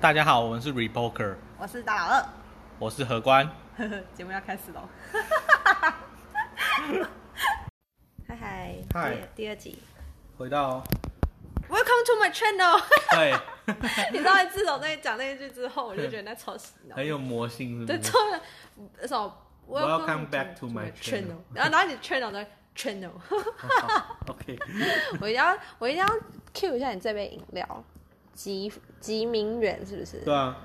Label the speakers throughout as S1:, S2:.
S1: 大家好，我们是 Repoker，
S2: 我是大老二
S1: 我是何官。
S2: 呵呵， 节目要开始喽。嗨嗨，
S1: 嗨
S2: 第第二集
S1: 回 到哦
S2: ，Welcome to my channel 。
S1: 对，
S2: 你知道，自从那讲那一句 之后，我就觉得那超洗脑。
S1: 很有魔性，是不
S2: 对，
S1: 是？
S2: 真的，那首
S1: Welcome back to my channel
S2: 然后然后你 channel 的 channel，
S1: OK，
S2: 我一定要我一定要 cue 一下你这杯饮料，吉吉明远是不是？
S1: 对啊，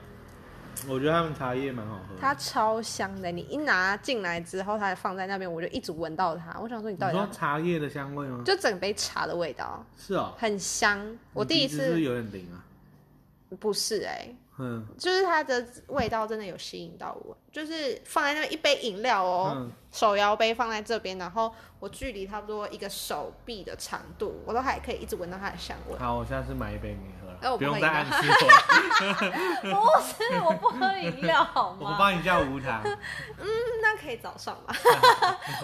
S1: 我觉得他们茶叶蛮好喝的。
S2: 它超香的，你一拿进来之后，它放在那边，我就一直闻到它。我想说，你到
S1: 你
S2: 底
S1: 说
S2: 要
S1: 茶叶的香味吗？
S2: 就整杯茶的味道，
S1: 是哦，
S2: 很香。我第一
S1: 你鼻子是不是
S2: 次
S1: 有点灵啊。
S2: 不是哎、
S1: 嗯
S2: 就是它的味道真的有吸引到我，就是放在那边一杯饮料哦，
S1: 嗯，。
S2: 手摇杯放在这边，然后我距离差不多一个手臂的长度，我都还可以一直闻到它的香味
S1: 好，我下次买一杯给你喝
S2: 哎
S1: 了，
S2: 我不
S1: 用
S2: 会
S1: 再
S2: 赢啊
S1: 暗示我，
S2: 不是，我不喝饮料好
S1: 我
S2: 吗？
S1: 帮你叫无糖。
S2: 那可以早上 吧，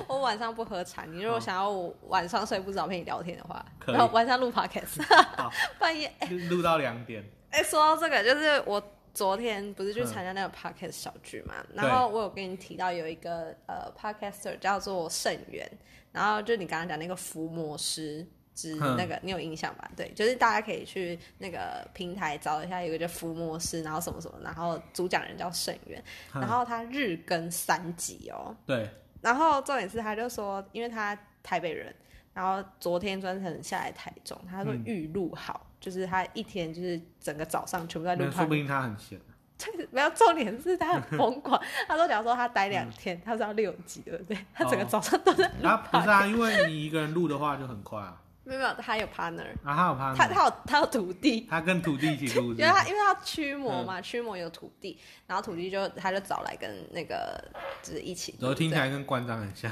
S2: 我晚上不喝茶。你如果想要我晚上睡不着陪你聊天的话，
S1: 可以
S2: 然后晚上录 podcast，
S1: 好，
S2: 半夜
S1: 录到两点。
S2: 哎、说到这个，就是我昨天不是去参加那个 podcast 小剧嘛，
S1: 嗯对
S2: 然后我有跟你提到有一个呃 podcaster 叫做盛元，然后就你刚刚讲那个伏魔师。之
S1: 嗯
S2: 那个你有印象吧？对，就是大家可以去那个平台找一下，有一个叫伏魔师，然后什么什么，然后主讲人叫盛元，
S1: 嗯
S2: 然后他日更三集哦，
S1: 对，
S2: 然后重点是，他就说，因为他台北人，然后昨天专程下来台中，他说
S1: 嗯
S2: 预录好，就是他一天就是整个早上全部在录
S1: 那说
S2: 旁
S1: 不定他很闲。
S2: 没有重点是他很疯狂， 他说假如说他待
S1: 嗯
S2: 两天，他是要六集，对不对？他
S1: 哦
S2: 整个早上都在录
S1: 啊，不是啊，
S2: podcast
S1: 因为你一个人录的话就很快啊。
S2: 没有没有，他有 partner，
S1: 啊，他有趴吗？
S2: 他他有他有徒弟。
S1: 他跟徒弟一嗯起录是
S2: 因
S1: 不
S2: 为
S1: 是，
S2: 他因为他驱魔嘛，驱魔有徒弟，然后徒弟就他就找来跟那个就是一起
S1: 然
S2: 录
S1: 后听
S2: 这
S1: 起
S2: 样
S1: 来跟关张很像。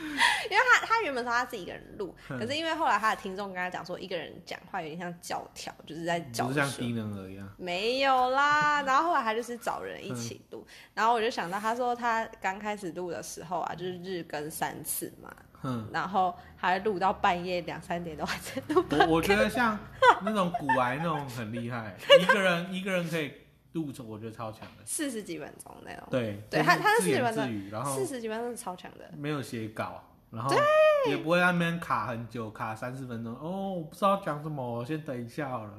S2: 因为他他原本说他自己一个人录，
S1: 嗯
S2: 可是因为后来他的听众跟他讲说，一个人讲话有点像教条，就是在
S1: 只
S2: 教
S1: 是像
S2: 书。
S1: 低能儿一样。
S2: 没有啦，然后后来他就是找人
S1: 嗯
S2: 一起录，然后我就想到他说他刚开始录的时候啊，就是日更三次嘛，
S1: 哼，
S2: 然后还录到半夜两三点都还在录。
S1: 我我觉得像那种古癌那种很厉 害，一个人一个人可以录成，我觉得超强的。
S2: 四十几分钟那种，
S1: 对，就
S2: 对
S1: 是
S2: 他他是
S1: 自言
S2: 日本的
S1: 自语，然后
S2: 四十几分钟是超强的。
S1: 没有写稿，然后也不会在那边卡很久，卡三四分钟。哦，我不知道讲什么，我先等一下好了。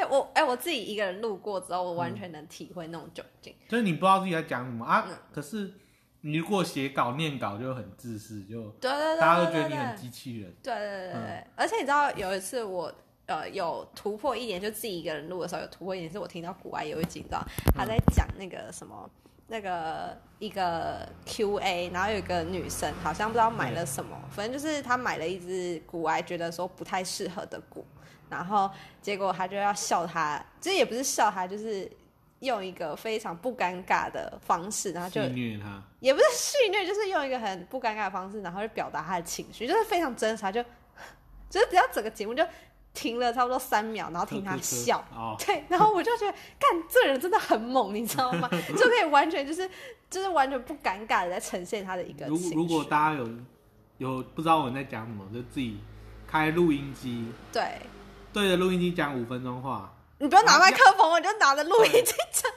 S2: 哎，我哎、我自己一个人录过之后，我
S1: 嗯
S2: 完全能体会那种窘境。
S1: 就是你不知道自己在讲什么啊，
S2: 嗯
S1: 可是你如果写稿念稿就很自私，就
S2: 对对对对，
S1: 大家都觉
S2: 对
S1: 得你
S2: 对
S1: 很机器人。
S2: 对对对对对，而且你知道有一次我呃有突破一点，就自己一个人录的时候有突破一点，是我听到古外有一集，你知道他在讲那个什么。那个一个 Q&A，然后有一个女生好像不知道买了什么，反正就是她买了一只骨癌，觉得说不太适合的骨，然后结果她就要笑她，这也不是笑她，就是用一个非常不尴尬的方式，然后就
S1: 戏虐他，
S2: 也不是戏虐，就是用一个很不尴尬的方式，然后就表达他的情绪，就是非常真实，他就就是只要整个节目就停了差不多三秒，然后听他
S1: 呵呵呵
S2: 笑。
S1: 哦，
S2: 对，然后我就觉得，干这人真的很猛，你知道吗？就可以完全就是就是完全不尴尬的在呈现他的一个
S1: 如
S2: 情绪。
S1: 如果大家有有不知道我在讲什么，就自己开录音机，
S2: 对
S1: 对着录音机讲五分钟话，
S2: 你不要拿麦克风，我就拿着录音机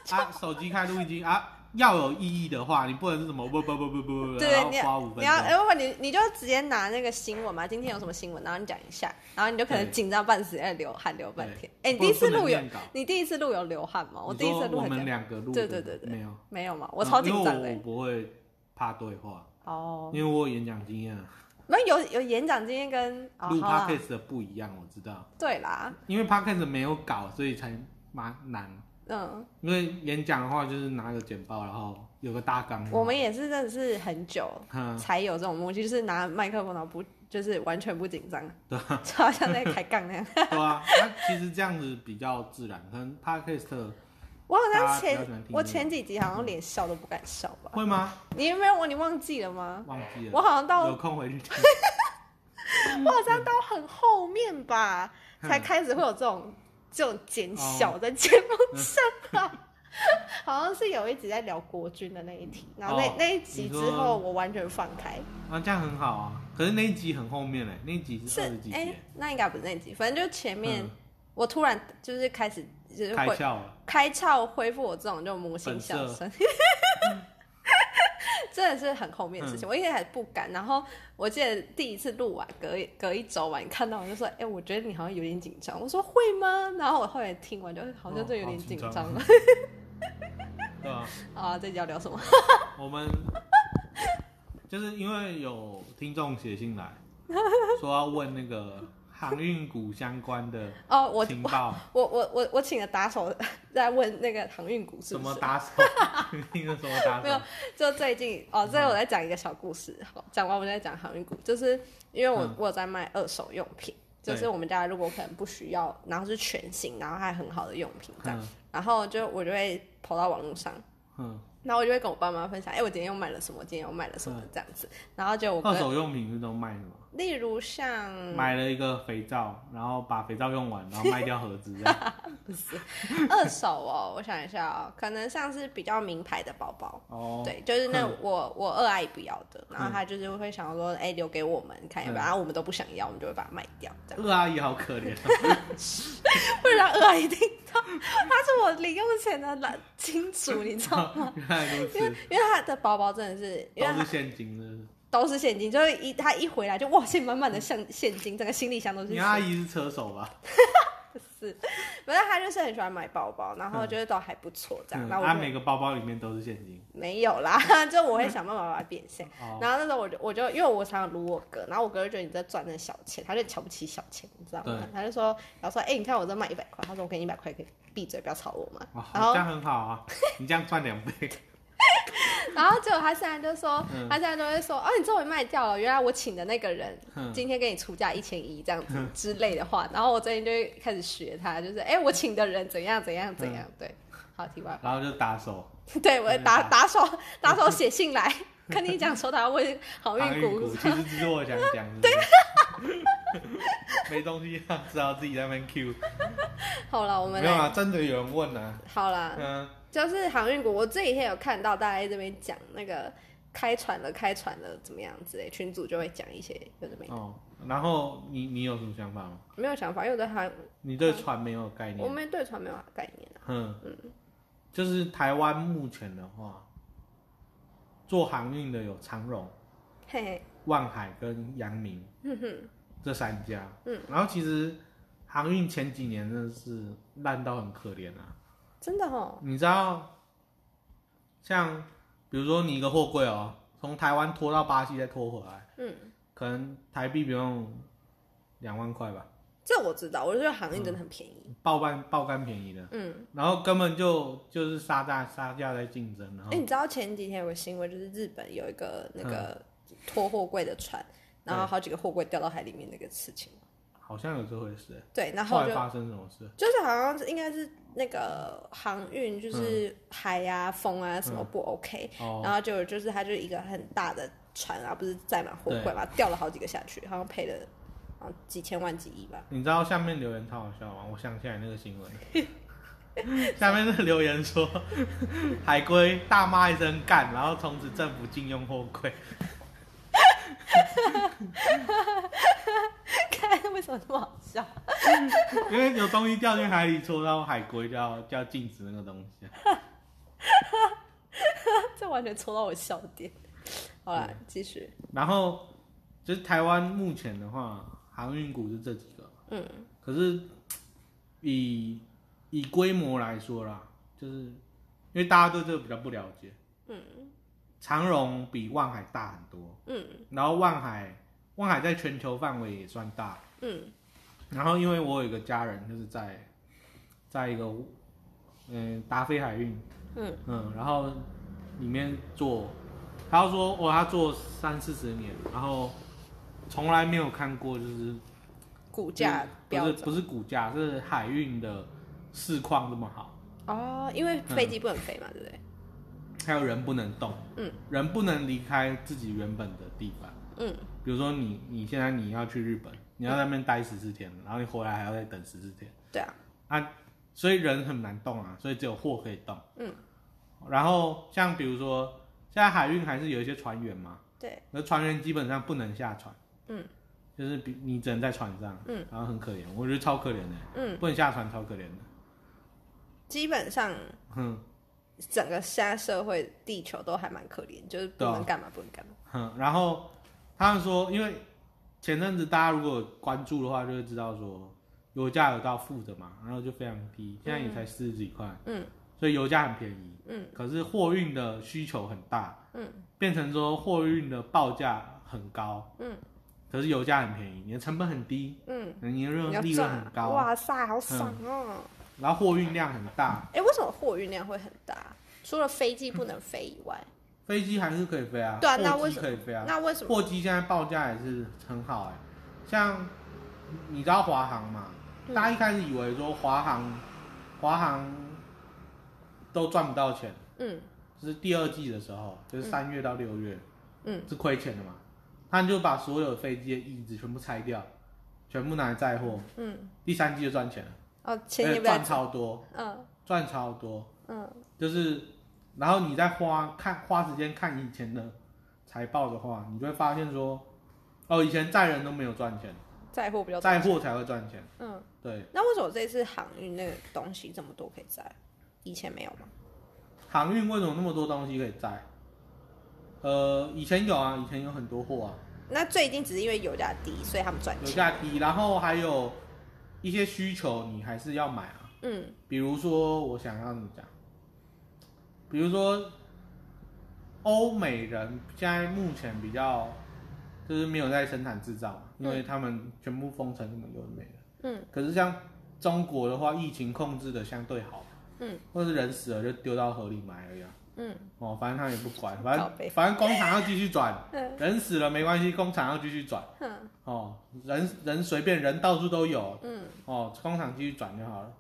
S2: 讲。
S1: 啊，手机开录音机啊，要有意义的话，你不能是什么不不不不不不，
S2: 对
S1: 然后
S2: 你要
S1: 花五分
S2: 你要，
S1: 钟。
S2: 要不你你就直接拿那个新闻嘛，今天有什么新闻，然后你讲一下，然后你就可能
S1: 对
S2: 紧张半死，哎，流汗流半
S1: 对
S2: 天。哎，你
S1: 不
S2: 第一次
S1: 不能
S2: 录有
S1: 念稿
S2: 你第一次录有流汗吗？我
S1: 你
S2: 第一次
S1: 说
S2: 录
S1: 我
S2: 很
S1: 们
S2: 紧张，
S1: 两个录的，
S2: 对对对对
S1: 没有，
S2: 没有吗？我超紧张
S1: 嗯因
S2: 的
S1: 为
S2: 欸。
S1: 我不会怕对话，
S2: 哦，
S1: 因为我有演讲经验啊，
S2: 没有有演讲经验跟哦，
S1: 录
S2: 好啦，
S1: podcast 的不一样，我知道，
S2: 对啦，
S1: 因为 podcast 没有稿，所以才蛮难。
S2: 嗯，
S1: 因为演讲的话，就是拿个简报，然后有个大纲。
S2: 我们也是真的是很久
S1: 嗯，
S2: 才有这种默契，就是拿麦克风然后不就是完全不紧张，
S1: 啊
S2: 就好像在开 杠那样。
S1: 对啊，那其实这样子比较自然，可能 podcast
S2: 我好
S1: 大
S2: 像
S1: 家比较喜欢
S2: 前
S1: 听
S2: 我
S1: 这
S2: 前几集好像连笑都不敢笑吧？
S1: 会吗？
S2: 你有没有你忘记了吗？
S1: 忘记了，
S2: 我好像到
S1: 有空回去听。
S2: 我好像到很后面吧，
S1: 嗯
S2: 才开始会有这种这种减小在节目上 啊。好像是有一集在聊国军的那一题，然后那、
S1: 哦
S2: 那一集
S1: 你
S2: 之
S1: 说
S2: 后我完全放开，
S1: 啊，这样很好啊。可是那一集很后面嘞，那一集
S2: 是
S1: 是二十几集
S2: 哎、
S1: 耶，
S2: 那应该不是那一集，反正就前面、
S1: 嗯
S2: 我突然就是开始就是
S1: 开
S2: 会
S1: 窍了，
S2: 开窍恢复我这种就母性小生， 真的是很后面的事情。我一开始还不敢，然后我记得第一次录完，隔一隔一周完看到我就说：“哎、我觉得你好像有点紧张。”我说：“会吗？”然后我后来听完就好像就有点紧张
S1: 哦
S2: 了。
S1: 对吧、
S2: 啊，这集要聊什么？
S1: 我们就是因为有听众写信来，说要问那个航运股相关的
S2: 哦，我
S1: 情报，
S2: 我我我我请了打手 在问那个航运股是
S1: 什
S2: 不
S1: 么
S2: 是？
S1: 打手， 听着什么打
S2: 没有
S1: 手，
S2: 就最近哦，
S1: 嗯
S2: 这个我再讲一个小故事。好，讲完我再讲航运股，就是因为我、
S1: 嗯
S2: 我有在卖二手用品，
S1: 对
S2: 就是我们家如果可能不需要，然后是全新，然后还很好的用品这样，
S1: 嗯
S2: 然后就我就会跑到网络上。
S1: 嗯，
S2: 然后我就会跟我爸妈分享，哎、我今天又买了什么，今天又买了什么这样子。然后就我
S1: 嗯二
S2: 跟，
S1: 手用品是都卖什么？
S2: 例如像，
S1: 买了一个肥皂，然后把肥皂用完，然后卖掉盒子，这 样
S2: 不是二手哦，我想一下哦，可能像是比较名牌的包包，
S1: 哦，
S2: 对，就是那
S1: 嗯
S2: 我我二阿姨不要的，然后她就是会想说，哎、留给我们看要不要，
S1: 嗯
S2: 然后我们都不想要，我们就会把它卖掉，这样
S1: 二阿姨好可怜、
S2: 会让二阿姨听到，她是我零用钱的来金主，你知道 吗？
S1: 哦，原来如
S2: 因为
S1: 此，
S2: 因为她的包包真的是，因
S1: 都
S2: 为她
S1: 是现金的。
S2: 都是现金，就是一她一回来就哇，现满满的现现金，整个行李箱都是
S1: 你阿
S2: 钱。
S1: 姨是车手吧？
S2: 反正她就是很喜欢买包包，然后
S1: 嗯
S2: 觉得都还不错这样，
S1: 嗯，
S2: 然后
S1: 她
S2: 我就
S1: 每个包包里面都是现金。
S2: 没有啦， 就我会想办法把它变现。
S1: 哦，
S2: 然后那时候我就我就因为我常常撸我哥，然后我哥就觉得你在赚那小钱，他就瞧不起小钱，你知道吗
S1: 对？
S2: 他就说，然后说，哎、你看我这卖一百块，他说我给你一百块，可以闭嘴，不要吵我嘛。
S1: 哦
S2: 然后
S1: 这样很好 啊，你这样赚两倍。
S2: 然后结果他现在就说，
S1: 嗯
S2: 他现在就会说，哦，你终于卖掉了，原来我请的那个人。
S1: 嗯
S2: 今天给你出价一千一这样子之类的话，然后我最近就会开始学他，就是哎、我请的人怎样怎样怎样，对，好，题外
S1: 然后就打手，
S2: 话， 对我
S1: 嗯
S2: 打
S1: 好
S2: 打手打手写信来 跟你讲说他要问
S1: 航
S2: 航运啊股
S1: 股其实只是我想讲的，对， 没东西啊，只好自己在那边 Q。
S2: 好了，我们
S1: 没有
S2: 来，
S1: 啊，真的有人问啊，
S2: 好啦，
S1: 嗯，
S2: 就是航运股，我这几天有看到大家在这边讲那个开船了，开船了怎么样之类，群主就会讲一些有的没的，
S1: 哦，然后你你有什么想法吗？
S2: 没有想法，因为我对航，
S1: 你
S2: 嗯
S1: 对船没有概
S2: 我
S1: 念？
S2: 们对船没有概念啊。
S1: 嗯，就是台湾目前的话，做航运的有长荣、
S2: 嘿嘿，
S1: 万海跟阳明
S2: 哼嗯哼，
S1: 这三家。
S2: 嗯，
S1: 然后其实航运前几年真的是烂到很可怜啊。
S2: 真的哦，
S1: 你知道，像比如说你一个货柜哦，从台湾拖到巴西再拖回来，
S2: 嗯，
S1: 可能台币不用两万块吧，
S2: 这我知道，我就觉得航运真的很便宜。
S1: 爆干爆干便宜的，
S2: 嗯，
S1: 然后根本就就是杀价杀价在竞争，然
S2: 哎、
S1: 后
S2: 你知道前几天有个新闻，就是日本有一个那
S1: 嗯
S2: 个拖货柜的船，然后好几个货柜掉到海里面那个事情。
S1: 好像有这回事，
S2: 对，然
S1: 后
S2: 后
S1: 来
S2: 就
S1: 发生什么事？
S2: 就是好像是应该是那个航运，
S1: 嗯
S2: 就是海啊、风啊什么不 OK，、
S1: 哦，
S2: 然后就就是它就一个很大的船啊，不是载满货柜嘛，掉了好几个下去，好像赔了啊几千万几亿吧。
S1: 你知道下面留言超好笑吗？我想起来那个新闻。下面是留言 说，海龟大骂一声干，然后从此政府禁用货柜。
S2: 看为什么那么好笑？
S1: 因为有东西掉进海里，戳到海龟就要就要禁止那个东西啊。
S2: 这完全戳到我笑点。好啦，
S1: 嗯
S2: 继续。
S1: 然后就是台湾目前的话，航运股是这几个，
S2: 嗯，
S1: 可是以以规模来说啦，就是因为大家对这个比较不了解，
S2: 嗯
S1: 长荣比万海大很多，
S2: 嗯
S1: 然后万海万海在全球范围也算大，
S2: 嗯
S1: 然后因为我有一个家人就是在在一个嗯、达菲海运，
S2: 嗯
S1: 嗯，然后里面做，他就说哦他做三四十年，然后从来没有看过就是
S2: 股价
S1: 嗯不是
S2: 标准
S1: 不是股价是海运的市况这么好，
S2: 哦，因为飞机不能飞嘛，对不对？
S1: 还有人不能动，
S2: 嗯，
S1: 人不能离开自己原本的地方，
S2: 嗯，
S1: 比如说你你现在你要去日本，你要在那边待十四天，然后你回来还要再等十四天。
S2: 对啊，
S1: 啊，所以人很难动啊，所以只有货可以动。
S2: 嗯，
S1: 然后像比如说，现在海运还是有一些船员嘛，
S2: 对，
S1: 那船员基本上不能下船。
S2: 嗯，
S1: 就是比你只能在船上，
S2: 嗯，
S1: 然后很可怜，我觉得超可怜的，
S2: 嗯，
S1: 不能下船超可怜的，
S2: 基本上
S1: 哼
S2: 整个现在社会地球都还蛮可怜，就是不
S1: 对啊
S2: 能干嘛不能干嘛。
S1: 哼。嗯然后他们说，因为前阵子大家如果有关注的话，就会知道说油价有到负的嘛，然后就非常低，现在也才四十几块，
S2: 嗯，
S1: 所以油价很便宜，
S2: 嗯，
S1: 可是货运的需求很大，
S2: 嗯，
S1: 变成说货运的报价很高，
S2: 嗯，
S1: 可是油价很便宜，你的成本很低，
S2: 嗯，
S1: 你的
S2: 你
S1: 利
S2: 要
S1: 润利
S2: 赚
S1: 润
S2: 啊
S1: 很高，嗯
S2: 哇塞，好爽哦！
S1: 然后货运量很大，
S2: 哎、为什么货运量会很大？除了飞机不能飞以 外，
S1: 飞机还是可以飞啊，
S2: 对啊
S1: 货
S2: 那
S1: 机
S2: 为什么
S1: 可以飞啊？
S2: 那为什么？
S1: 货机现在报价也是很好哎、像你知道华航嘛？
S2: 嗯
S1: 大家一开始以为说华航，华航都赚不到钱，
S2: 嗯
S1: 就是第二季的时候，就是三月到六月、
S2: 嗯，
S1: 是亏钱的嘛，他们就把所有飞机的椅子全部拆掉，全部拿来载货，
S2: 嗯，
S1: 第三季就赚钱了，
S2: 哦，
S1: 而
S2: 前
S1: 且
S2: 年不在
S1: 呃赚，超多，
S2: 嗯
S1: 赚超多，
S2: 嗯
S1: 就是，然后你再花看花时间看以前的财报的话，你就会发现说，哦，以前载人都没有赚钱，
S2: 载货比较多
S1: 载货才会赚钱。
S2: 嗯，
S1: 对，
S2: 那为什么这次航运那个东西这么多可以载？以前没有吗？
S1: 航运为什么那么多东西可以载？呃，以前有啊，以前有很多货啊，
S2: 那最近只是因为油价低，所以他们赚
S1: 有
S2: 钱。
S1: 价低，然后还有一些需求你还是要买啊，
S2: 嗯
S1: 比如说我想要怎么讲，比如说欧美人现在目前比较就是没有在生产制造嘛，
S2: 嗯
S1: 因为他们全部封城什么有的没的。
S2: 嗯
S1: 可是像中国的话，疫情控制的相对好，
S2: 嗯
S1: 或是人死了就丢到河里埋而已啊。
S2: 嗯
S1: 哦，反正他们也不管，反
S2: 靠
S1: 正
S2: 北
S1: 反正工厂要继续转，
S2: 嗯
S1: 人死了没关系，工厂要继续转。
S2: 嗯
S1: 哦，人人随便人到处都有，
S2: 嗯，
S1: 哦，工厂继续转就好了。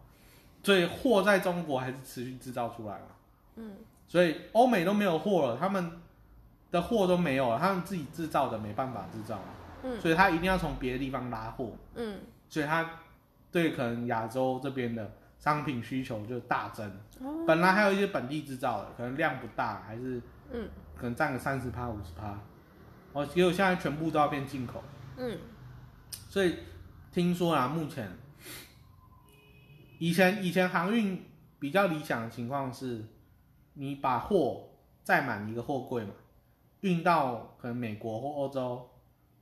S1: 所以货在中国还是持续制造出来嘛。
S2: 嗯。
S1: 所以欧美都没有货了，他们的货都没有了，他们自己制造的没办法制造啊。
S2: 嗯
S1: 所以他一定要从别的地方拉货，
S2: 嗯
S1: 所以他对可能亚洲这边的商品需求就大增。本来还有一些本地制造的，可能量不大，还是
S2: 嗯
S1: 可能占个三十趴、五十趴。哦，结果现在全部都要变进口。
S2: 嗯
S1: 所以听说啦，目前以前以前航运比较理想的情况是，你把货载满一个货柜嘛，运到可能美国或欧洲，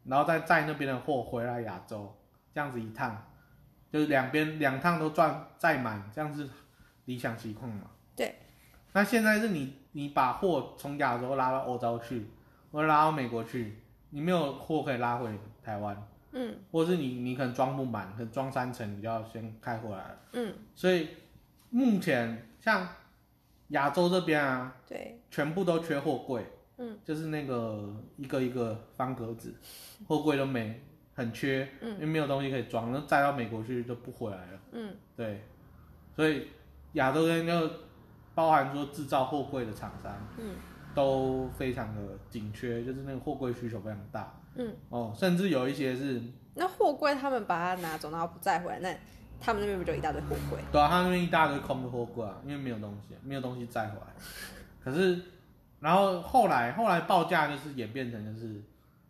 S1: 然后再载那边的货回来亚洲，这样子一趟，就是两边两趟都赚载满，这样是理想情况嘛。
S2: 对。
S1: 那现在是你你把货从亚洲拉到欧洲去，或者拉到美国去，你没有货可以拉回台湾。
S2: 嗯
S1: 或是你你可能装不满，可能装三层，你就要先开回来了。
S2: 嗯，
S1: 所以目前像亚洲这边啊，
S2: 对，
S1: 全部都缺货柜，
S2: 嗯，
S1: 就是那个一个一个方格子，货柜都没很缺，
S2: 嗯
S1: 因为没有东西可以装，那载到美国去就不回来了。
S2: 嗯
S1: 对，所以亚洲这边就包含说制造货柜的厂商
S2: 嗯
S1: 都非常的紧缺，就是那个货柜需求非常大
S2: 嗯。
S1: 哦，甚至有一些是
S2: 那货柜他们把它拿走，然后不再回来，那他们那边不就一大堆货柜？
S1: 对啊，他那边一大堆空的货柜啊，因为没有东西，没有东西载 回来。可是，然后后来后来报价就是演变成就是，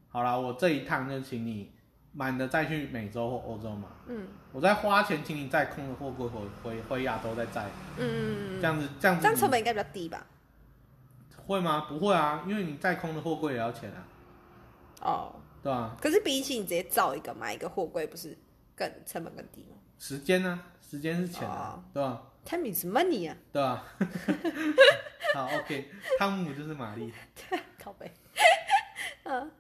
S1: 好啦，我这一趟就请你满的再去美洲或欧洲嘛，
S2: 嗯
S1: 我再花钱请你载空的货柜回回回亚洲再载，这
S2: 嗯，
S1: 样子这样
S2: 这
S1: 子
S2: 样成本应该比较低吧？
S1: 会吗？不会啊，因为你载空的货柜也要钱啊，
S2: 哦，
S1: 对吧、啊？
S2: 可是比起你直接造一个买一个货柜，不是更成本更低吗
S1: 时间呢、时间是钱
S2: 哦
S1: 啊，对吧、
S2: ？Time is money 啊，
S1: 对吧、 啊？好，OK，汤姆就是玛丽。
S2: 靠背。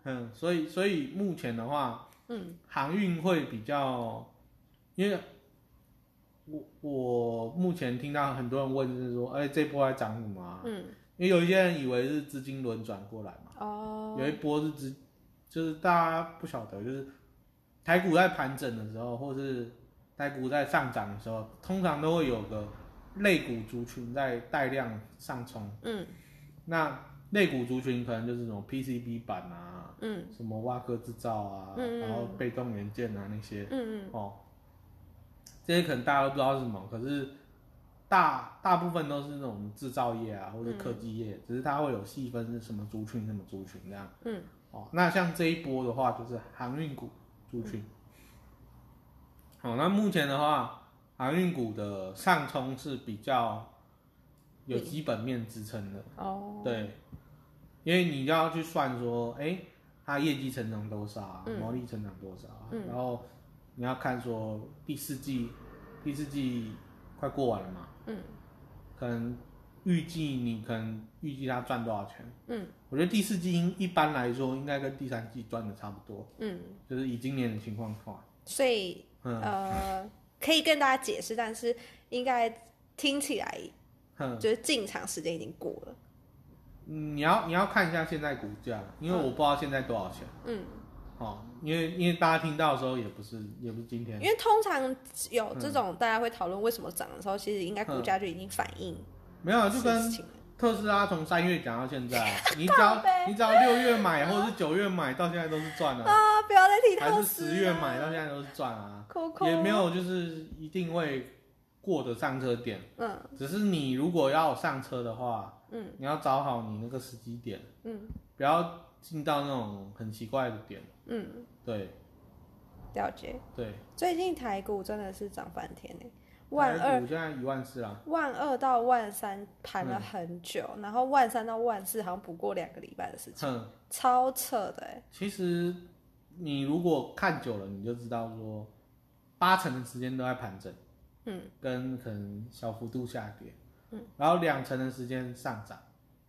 S1: 嗯，所以所以目前的话，
S2: 嗯
S1: 航运会比较，因为我我目前听到很多人问就是说，哎、这波在涨什么啊？
S2: 嗯
S1: 因为有一些人以为是资金轮转过来嘛，
S2: 哦
S1: 有一波是资，就是大家不晓得，就是台股在盘整的时候，或是台股在上涨的时候，通常都会有个类股族群在带量上冲，
S2: 嗯
S1: 那类股族群可能就是什么 PCB 板啊。
S2: 嗯
S1: 什么挖科制造啊，
S2: 嗯嗯
S1: 然后被动元件啊那些
S2: 嗯嗯
S1: 哦，这些可能大家都不知道是什么，可是大大部分都是那种制造业啊或者科技业，只是它会有细分是什么族群什么族群这样
S2: 嗯
S1: 哦。那像这一波的话，就是航运股，族群。好，那目前的话，航运股的上冲是比较有基本面支撑的，
S2: 哦，
S1: 对，因为你要去算说，哎、它业绩成长多少啊，
S2: 嗯
S1: 毛利成长多少啊，
S2: 嗯
S1: 然后你要看说第四季，第四季快过完了嘛，
S2: 嗯
S1: 可能预计你可能预计它赚多少钱？
S2: 嗯
S1: 我觉得第四季应一般来说应该跟第三季赚的差不多，
S2: 嗯，
S1: 就是以今年的情况的话，
S2: 所以
S1: 嗯
S2: 呃，可以跟大家解释，但是应该听起来
S1: 哼，
S2: 就是进场时间已经过了。
S1: 你要你要看一下现在股价，因为我不知道现在多少钱，
S2: 嗯，
S1: 哦，因为因为大家听到的时候也不是也不是今
S2: 因
S1: 天，
S2: 为通常有这种大家会讨论为什么涨的时候，其实应该股价就已经反映
S1: 没有啊就跟
S2: 事情了。
S1: 特斯拉从三月讲到现 在啊，你只要你只要六月买或者是九月买到现在都是赚的、啊，
S2: 啊，不要再提
S1: 还
S2: 他
S1: 是十月买到现在都是赚啊，
S2: 扣扣
S1: 也没有就是一定会过的上车点。
S2: 嗯
S1: 只是你如果要上车的话，
S2: 嗯
S1: 你要找好你那个时机点，
S2: 嗯
S1: 不要进到那种很奇怪的点。
S2: 嗯，
S1: 对
S2: 了解。
S1: 对，
S2: 最近台股真的是涨翻天呢、欸万
S1: 台
S2: 二
S1: 股现在一万四啊啦，
S2: 万二到万三盘了很久，然后万三到万四好像不过两个礼拜的事情，
S1: 哼，
S2: 超扯的、欸。
S1: 其实你如果看久了，你就知道说，八成的时间都在盘整，
S2: 嗯
S1: 跟可能小幅度下跌，
S2: 嗯，
S1: 然后两成的时间上涨，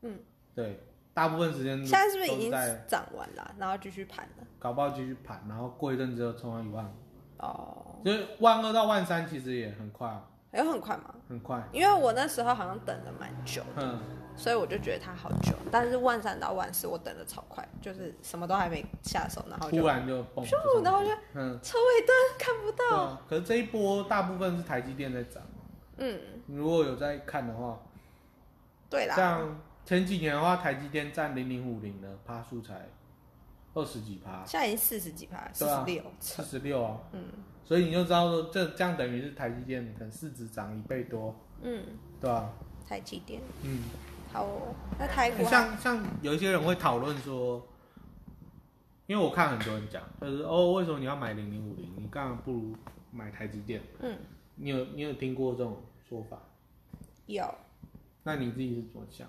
S2: 嗯，
S1: 对，大部分时间
S2: 现在是不是已
S1: 都
S2: 经
S1: 在
S2: 涨完了，然后继续盘了？
S1: 搞不好继续盘，然后过一阵子又冲到一万五，
S2: 哦，
S1: 所以万二到万三其实也很快啊，
S2: 有很快吗？
S1: 很快，
S2: 因为我那时候好像等了蛮久，
S1: 嗯。
S2: 所以我就觉得它好久。但是万三到万四我等的超快，就是什么都还没下手，然后就
S1: 突然就蹦，
S2: 咻，然后就
S1: 嗯，
S2: 车尾灯看不
S1: 对
S2: 到。
S1: 啊。可是这一波大部分是台积电在涨，
S2: 嗯，
S1: 你如果有在看的话，
S2: 对啦，
S1: 像前几年的话，台积电占零零五零的趴数才二十几趴，
S2: 现在已经四十几趴，四
S1: 对
S2: 十
S1: 啊
S2: 六，
S1: 四十六啊，
S2: 嗯
S1: 所以你就知道说这这样等于是台积电可能市值涨一倍多，
S2: 嗯，
S1: 对吧、
S2: 台积电。
S1: 嗯，
S2: 好哦，那台股还
S1: 像像有一些人会讨论说。因为我看很多人讲，就是哦，为什么你要买零零五零？你干嘛不如买台积电？
S2: 嗯
S1: 你有你有听过这种说法？
S2: 有。
S1: 那你自己是怎么想？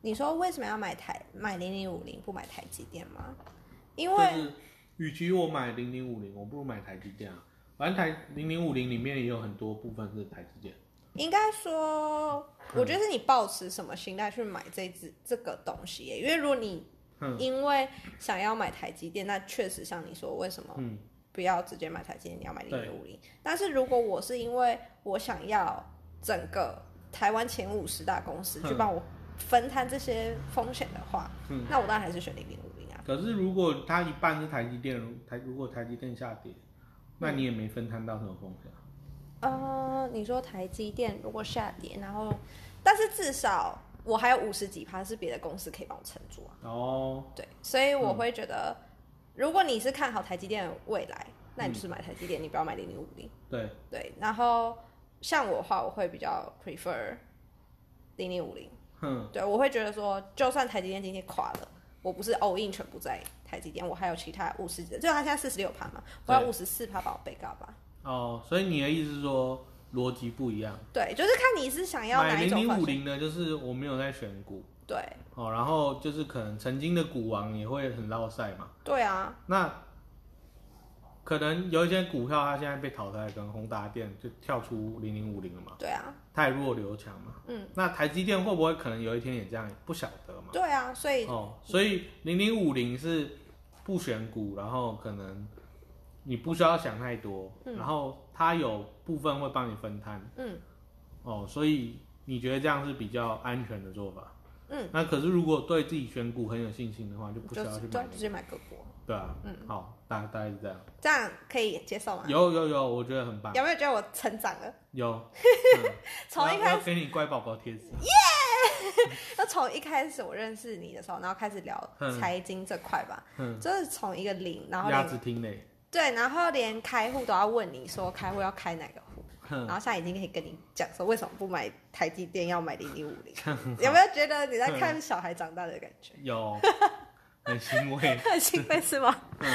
S2: 你说为什么要买台买零零五零不买台积电吗？因
S1: 就
S2: 为
S1: 是，与其我买零零五零，我不如买台积电啊。反正台零零五零里面也有很多部分是台积电。
S2: 应该说，我觉得是你抱持什么心态去买这只这个东西耶。因为如果你
S1: 哼，
S2: 因为想要买台积电，那确实像你说，为什么
S1: 嗯，
S2: 不要直接买台积电，你要买零
S1: 对
S2: 零五零？但是如果我是因为我想要整个台湾前五十大公司去
S1: 嗯
S2: 帮我分摊这些风险的话，
S1: 嗯
S2: 那我当然还是选零零五零啊。
S1: 可是如果它一半是台积电，如台如果台积电下跌，
S2: 嗯
S1: 那你也没分摊到什么风险啊。
S2: 呃，你说台积电如果下跌，然后，但是至少我还有五十几趴是别的公司可以帮我撑住啊。
S1: 哦，
S2: 对，所以我会觉得，如果你是看好台积电的未来，那
S1: 嗯
S2: 你就是买台积电，你不要买零零五零。
S1: 对，
S2: 对，然后像我的话，我会比较 prefer 零零五零。
S1: 哼，
S2: 对，我会觉得说，就算台积电今天垮了，我不是 all in 全部在台积电，我还有其他五十，就它现在四十六趴嘛，我要
S1: 对
S2: 五十四趴帮我背高吧。
S1: 哦，所以你的意思是说逻辑不一样。
S2: 对，就是看你是想要哪
S1: 买
S2: 一
S1: 零
S2: 种
S1: 零
S2: 方
S1: 五
S2: 向。
S1: 零的，就是我没有在选股
S2: 对，
S1: 哦，然后就是可能曾经的股王也会很绕赛嘛。
S2: 对啊，
S1: 那可能有一些股票它现在被淘汰，跟宏达电就跳出零零五零了嘛，
S2: 对啊，
S1: 太弱留强嘛。
S2: 嗯，
S1: 那台积电会不会可能有一天也这样？不晓得嘛。
S2: 对啊，所以
S1: 哦，所以零零五零是不选股，然后可能你不需要想太多，
S2: 嗯
S1: 然后它有部分会帮你分摊。
S2: 嗯
S1: 哦，所以你觉得这样是比较安全的做法？
S2: 嗯，
S1: 那可是如果对自己选股很有信心的话，就不需
S2: 就
S1: 要去
S2: 是
S1: 买
S2: 对，
S1: 那
S2: 就
S1: 个。
S2: 是买个股，
S1: 对啊，
S2: 嗯，啊
S1: 好，大大概是这样。
S2: 这样可以接受吗？
S1: 有有有，我觉得很棒。
S2: 有没有觉得我成长 了？
S1: 有，
S2: 从一
S1: 要
S2: 开
S1: 要
S2: 始，
S1: 给你乖宝宝贴纸，
S2: 就从一开始我认识你的时候，然后开始聊
S1: 嗯
S2: 财经这块吧，
S1: 嗯，
S2: 就是从一个零， 然后
S1: 鸭
S2: 连
S1: 子听嘞，
S2: 对，然后连开户都要问你说开户要开哪个户，然
S1: 哼，
S2: 后现在已经可以跟你讲说为什么不买台 积电，要买零零五零，有没有觉得你在看小孩长大的感觉？
S1: 有，很欣慰。
S2: 很兴奋是吗？
S1: 嗯，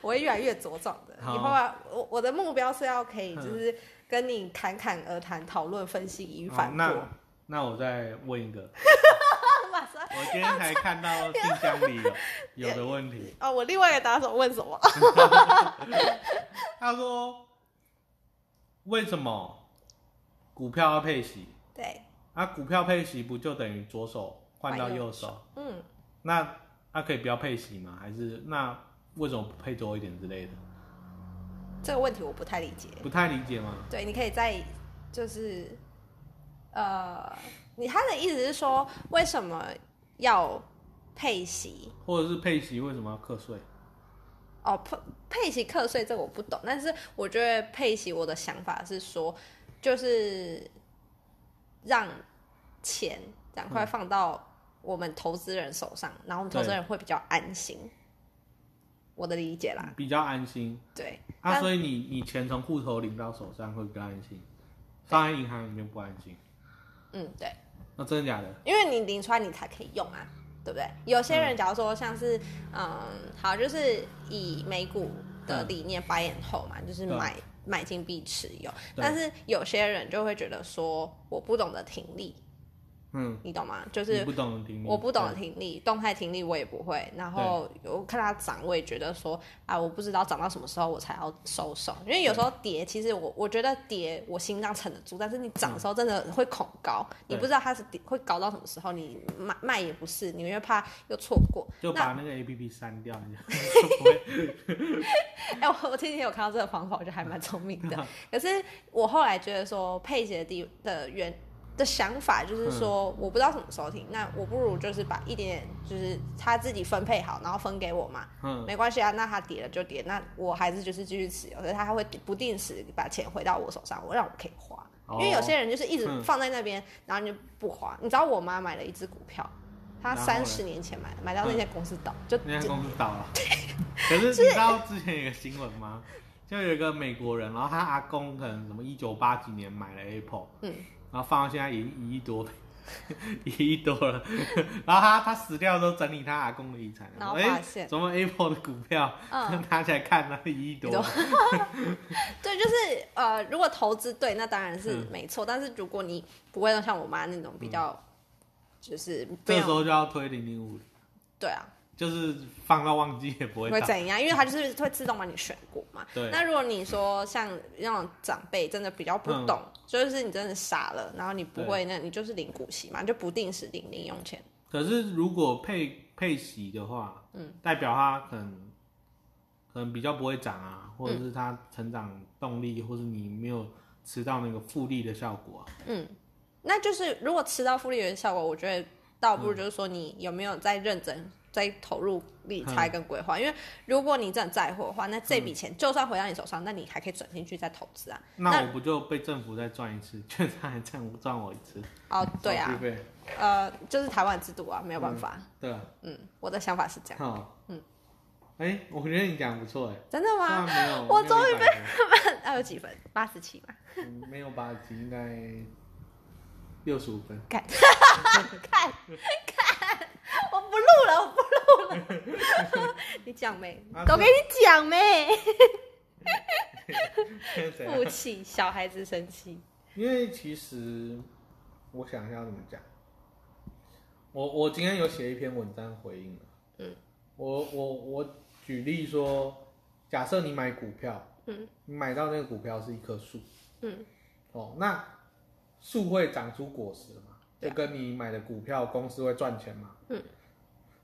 S2: 我会越来越茁壮的。以
S1: 好
S2: 后啊，我我的目标是要可以
S1: 嗯
S2: 就是跟你侃侃而谈、讨论、分析、以
S1: 好，
S2: 反
S1: 那
S2: 驳。
S1: 那我再问一 个，
S2: 马上
S1: 我今天才看 到信箱里有有的问题，
S2: 哦，我另外一个打手问 什么？
S1: 他说为什么股票要配息？
S2: 对，
S1: 啊，股票配息不就等于左手换到
S2: 换右
S1: 右手？
S2: 嗯，
S1: 那那、可以不要配息吗？还是那为什么不配多一点之类的？
S2: 这个问题我不太理解。
S1: 不太理解吗？
S2: 对，你可以再就是，呃，你他的意思是说，为什么要配息？
S1: 或者是配息为什么要课税？
S2: 哦，配配息课税这个我不懂，但是我觉得配息我的想法是说，就是让钱赶快放到我们投资人手上，然后我们投资
S1: 对
S2: 人会比较安心。我的理解啦，
S1: 比较安心。
S2: 对，
S1: 啊，
S2: 但
S1: 所以你你钱从户头领到手上会比较安心，放在银行里面不安心。
S2: 嗯，对。
S1: 那、真的假的？
S2: 因为你领出来你才可以用啊，对不对？有些人假如说像是嗯好，就是以美股的理念 buy and hold 嘛，就是
S1: 对
S2: 买买进必持有。
S1: 对
S2: 但是有些人就会觉得说，我不懂得停利，
S1: 嗯，
S2: 你懂吗？就
S1: 你
S2: 是
S1: 不懂得听你，
S2: 我不懂得
S1: 嗯对
S2: 停利，动态停利我也不会。然后我看它涨，我也觉得说啊，我不知道涨到什么时候我才要收手，因为有时候跌，其实我我觉得跌我心脏撑得住，但是你涨的时候真的会恐高，你
S1: 嗯对
S2: 不知道它是跌会高到什么时候，你卖卖也不是，你会怕又错过。
S1: 就
S2: 那
S1: 把那个 A P P 删掉，你 就就不会。
S2: 哎、我我前几天有看到这个方法，我觉得还蛮聪明 的。可是我后来觉得说，配鞋的地的原的想法就是说，
S1: 嗯
S2: 我不知道什么时候停，那我不如就是把一点点就是他自己分配好，然后分给我嘛，
S1: 嗯，
S2: 没关系啊。那他跌了就跌，那我还是就是继续持有，可是他还会不定时把钱回到我手上，我让我可以花。因为有些
S1: 人
S2: 人就是一直
S1: 嗯
S2: 放在那边，然后你就不花。你知道我妈买了一只股票，她
S1: 然后嘞
S2: 三十年前买的，买到那些公司倒，就
S1: 那
S2: 就
S1: 家公司倒 了，可是你知道之前有个新闻吗？就有一个美国人，然后他阿公可能什么一九八几年买了 Apple，
S2: 嗯，
S1: 然后放到现在已经一亿多， 一亿多了。然后他他死掉之后整理他阿公的遗产，
S2: 然后
S1: 哎
S2: 发现
S1: 怎么 Apple 的股票、
S2: 嗯
S1: 拿起来看，那是一亿多
S2: 一亿，对，就是呃，如果投资对，那当然是没错。但是如果你不会像我妈那种比较，就是不
S1: 嗯这时
S2: 要
S1: 候就要推零零五，
S2: 对啊，
S1: 就是放到忘记也不会
S2: 会
S1: 倒。
S2: 怎样？因为它就是会自动帮你选股嘛。
S1: 对
S2: 那如果你说像那种长辈真的比较不懂，就是你真的傻了，然后你不会那，你就是领股息嘛，就不定时领零用钱。
S1: 可是如果配配息的话，
S2: 嗯，
S1: 代表它可能可能比较不会涨啊，或者是它成长动力，或是你没有吃到那个复利的效果啊。
S2: 那就是如果吃到复利的效果，我觉得倒不如就是说你有没有在认真在投入理财跟规划，因为如果你真的在乎的话，那这笔钱就算回到你手上，那你还可以转进去再投资啊。
S1: 那
S2: 那
S1: 我不就被政府再赚一次， 券商还赚赚我一次？
S2: 哦，对
S1: 手
S2: 啊
S1: 续，费
S2: 呃，就是台湾制度啊，没有办法。
S1: 对啊，
S2: 嗯我的想法是这样。
S1: 好，嗯，哎，我觉得你讲得不错哎，
S2: 真的吗？
S1: 虽然没有，
S2: 我
S1: 没有
S2: 终于
S1: 100分
S2: 那有几分？八十七吧。
S1: 嗯没有八级，应该六十五分。
S2: 看，看，我不录了，我不录了。 你讲没
S1: 啊？
S2: 都给你讲没？
S1: 谁 啊
S2: 负气，小孩子生气。
S1: 因为其实我想一下怎么讲，我我今天有写一篇文章回应了，
S2: 嗯，
S1: 我我我举例说，假设你买股票，
S2: 嗯，
S1: 你买到那个股票是一棵树，
S2: 嗯，
S1: 哦，那树会长出果实嘛，就
S2: 对啊
S1: 跟你买的股票公司会赚钱嘛，
S2: 嗯，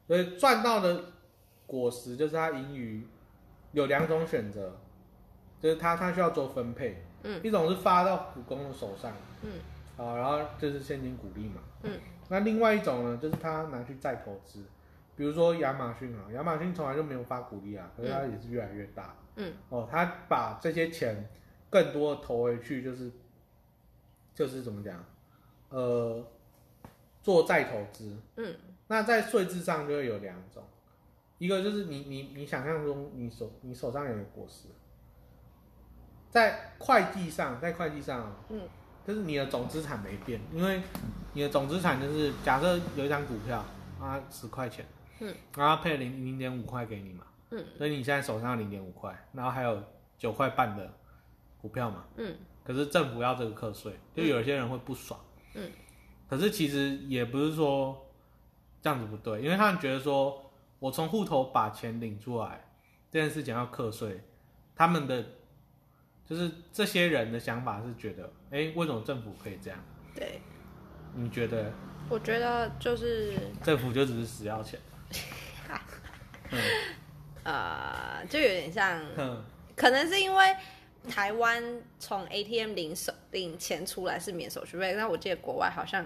S1: 所以赚到的果实就是它盈余有两种选择，就是它它需要做分配，
S2: 嗯，
S1: 一种是发到股东的手上，
S2: 嗯，
S1: 好，然后就是现金股利嘛，
S2: 嗯，
S1: 那另外一种呢，就是他拿去再投资，比如说亚马逊啊，亚马逊从来就没有发股利啊，可是它也是越来越大，
S2: 嗯，
S1: 哦，他把这些钱更多的投回去，就是就是怎么讲，呃，做再投资，
S2: 嗯，
S1: 那在税制上就会有两种，一个就是你你你想象中你手你手上有的果实，在会计上，在会计上哦，
S2: 嗯
S1: 就是你的总资产没变，因为你的总资产就是假设有一张股票啊十块钱，嗯，然后他配零零点五块给你嘛，
S2: 嗯，
S1: 所以你现在手上零点五块，然后还有九块半的股票嘛，
S2: 嗯，
S1: 可是政府要这个课税，就有些人会不爽，
S2: 嗯，
S1: 可是其实也不是说这样子不对，因为他们觉得说我从户头把钱领出来这件事情要课税，他们的就是这些人的想法是觉得，哎、为什么政府可以这样？
S2: 对，
S1: 你觉得
S2: 我觉得就是
S1: 政府就只是死要钱？ 嗯
S2: 呃，就有点像，
S1: 哼，
S2: 可能是因为台湾从 ATM 领手领钱出来是免手续费，但我记得国外好像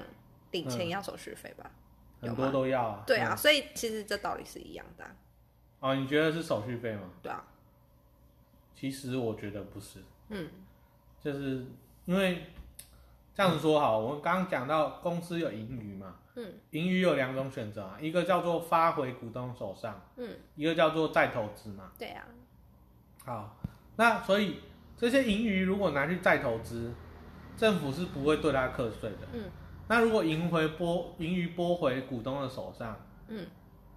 S2: 领钱要手续费吧？
S1: 很多都要嗯啊。
S2: 对啊，所以其实这道理是一样的啊、
S1: 哦，你觉得是手续费吗？
S2: 对啊，
S1: 其实我觉得不是，
S2: 嗯，
S1: 就是因为这样子说好，我们刚刚讲到公司有盈余嘛，
S2: 嗯，
S1: 盈余有两种选择啊，一个叫做发回股东手上，
S2: 嗯，
S1: 一个叫做再投资嘛。
S2: 对啊，
S1: 好，那所以这些盈余如果拿去再投资，政府是不会对它课税的。
S2: 嗯，
S1: 那如果盈回拨盈余拨回股东的手上，
S2: 嗯，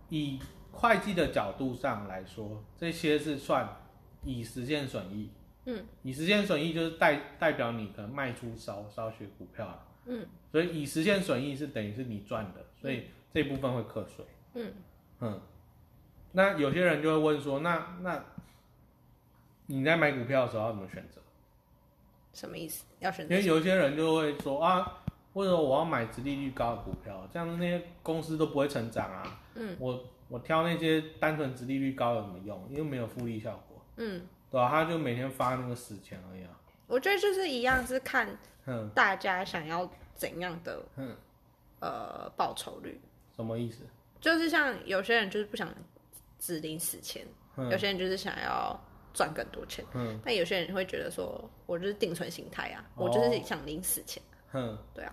S1: 以会计的角度上来说，这些是算已实现损益。
S2: 嗯，
S1: 以实现损益就是代代表你可能卖出少少许股票啊，
S2: 嗯
S1: 所以以实现损益是等于是你赚的，所以这部分会课税。
S2: 嗯，
S1: 嗯，那有些人就会问说，那那你在买股票的时候要怎么选择？
S2: 什么意思？要选
S1: 因
S2: 择
S1: 为有些人就会说啊，为什么我要买殖利率高的股票？这样那些公司都不会成长啊。
S2: 嗯，
S1: 我我挑那些单纯殖利率高有什么用？因为没有复利效果，
S2: 嗯，
S1: 对吧、他就每天发那个死钱而已啊。
S2: 我觉得就是一样，是看
S1: 哼，
S2: 大家想要怎样的
S1: 嗯
S2: 呃报酬率，
S1: 什么意思？
S2: 就是像有些人就是不想只领死钱，有
S1: 哼
S2: 些人就是想要赚更多钱，
S1: 哼
S2: 但有些人会觉得说，我就是定存心态啊，
S1: 哦
S2: 我就是想领死钱，
S1: 哼，
S2: 对啊。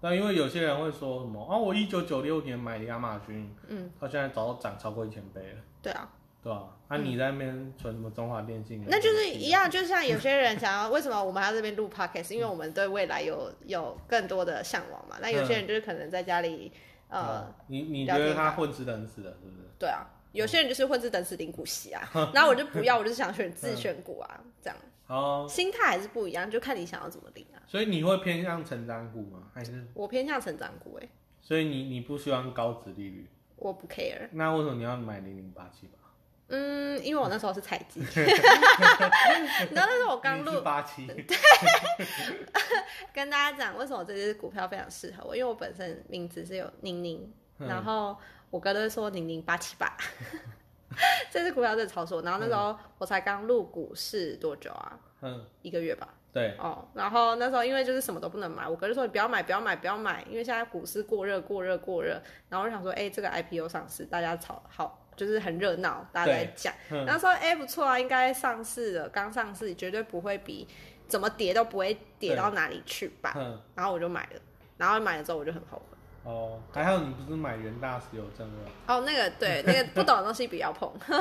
S1: 那因为有些人会说什么啊，我一九九六年买的亚马逊，
S2: 嗯，
S1: 到现在早就涨超过一千倍了。
S2: 对啊，
S1: 对吧？啊，你在那边存什么中华电信？
S2: 那就是一样，就像有些人想要，为什么我们要这边录 podcast？因为我们对未来有有更多的向往嘛。那有些人就是可能在家里，呃，
S1: 啊，你你
S2: 聊
S1: 觉
S2: 天
S1: 得他混吃等死的，是不是？
S2: 对啊，有些人就是混吃等死领股息 啊，然后我就不要，我就是想选自选股啊，这样
S1: 哦，
S2: 心态还是不一样，就看你想要怎么领啊。
S1: 所以你会偏向成长股吗？还是
S2: 我偏向成长股、欸，
S1: 所以你你不喜欢高值利率？
S2: 我不 care。
S1: 那为什么你要买零零八七吧？
S2: 嗯，因为我那时候是采 集，你知道那时候我哦刚录，
S1: 八七，
S2: 跟大家讲为什么这只股票非常适合我，因为我本身名字是有宁宁，
S1: 嗯
S2: 然后我哥都会说宁宁八七八，这只股票真的超适合我。然后那时候我才刚入股市多久啊？
S1: 嗯，
S2: 一个月吧。
S1: 对，
S2: 哦，然后那时候因为就是什么都不能买，我哥就说你不要买，不要买，不要买，因为现在股市过热，过热，过热。然后我就想说，哎、这个 IPO 上市，大家炒好，就是很热闹，大家在讲。
S1: 嗯
S2: 那时候哎、不错啊，应该上市了，刚上市绝对不会比怎么跌都不会跌到哪里去吧。
S1: 嗯，
S2: 然后我就买了，然后买了之后我就很后悔。
S1: 哦，还好你不是买元大石油正二，
S2: 哦，那个对，那个不懂的东西不要碰。
S1: 对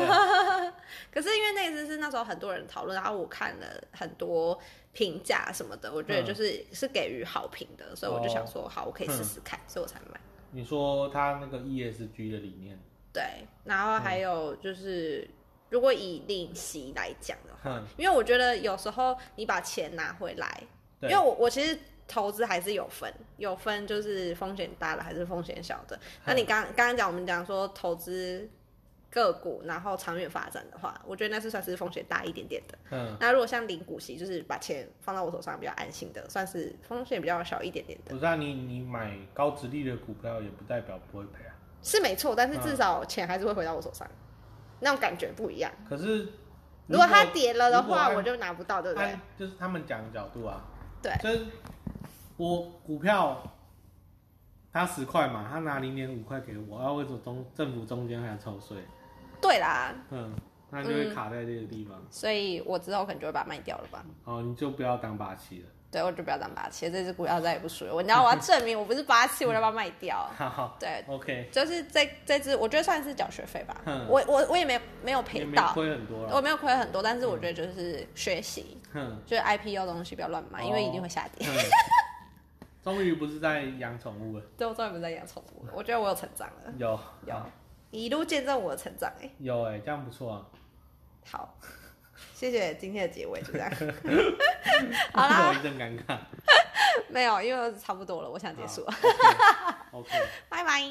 S2: 可是因为那次是那时候很多人讨论，然后我看了很多评价什么的，我觉得就是、是给予好评的，所以我就想说，好，我可以试试看，所以我才买。
S1: 你说他那个 ESG 的理念，
S2: 对，然后还有就是，如果以利息来讲的话，
S1: 哼，
S2: 因为我觉得有时候你把钱拿回来，因
S1: 对
S2: 为，我我其实投资还是有分，有分就是风险大的还是风险小的。那你刚刚刚讲我们讲说投资个股，然后长远发展的话，我觉得那是算是风险大一点点的。
S1: 嗯，
S2: 那如果像领股息，就是把钱放到我手上比较安心的，算是风险比较小一点点的，
S1: 不是啊，你你买高值利率的股票也不代表不会赔啊。
S2: 是没错。但是至少钱还是会回到我手上，那种感觉不一样。
S1: 可是
S2: 如果它跌了的
S1: 如果哎
S2: 话，
S1: 按
S2: 我就拿不到，对不对
S1: 按？就是他们讲的角度啊，
S2: 对，
S1: 就是我股票，他十块嘛，他拿零点五块给我，啊，为什么中政府中间还要抽税？
S2: 对啦，
S1: 嗯，那就会卡在这个地方。
S2: 所以我之后可能就会把它卖掉了吧。
S1: 哦，你就不要当八七了。
S2: 对，我就不要当八七，这只股票再也不属于我。你知道我要证明我不是八七，我就把它卖掉。
S1: 好
S2: 哦对，
S1: ，OK，
S2: 就是这这只，我觉得算是缴学费吧。
S1: 嗯
S2: 我我我也没没有
S1: 也
S2: 赔
S1: 没
S2: 到，
S1: 亏嗯很多
S2: 我
S1: 了。
S2: 没有亏很多，但是我觉得就是学习，
S1: 哼，
S2: 就是 IPO 的东西不要乱
S1: 哦
S2: 买，因为一定会下 跌。
S1: 哼终于不是在养宠物了，
S2: 嗯对，我终于不再养宠物了，我觉得我有成长了。
S1: 有
S2: 有，你一路见证我的成长哎、
S1: 有哎、这样不错啊。
S2: 好，谢谢今天的结尾，就这 样。好啦，
S1: 我一阵尴尬。
S2: 没有，因为差不多了，我想结束了，
S1: 好 OK，,
S2: 拜拜。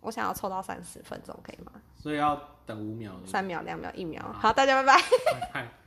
S2: 我想要抽到三十分钟，可以吗？
S1: 所以要等五秒。
S2: 三秒、两秒、一秒。
S1: 好
S2: 好，大家拜拜。
S1: 拜拜。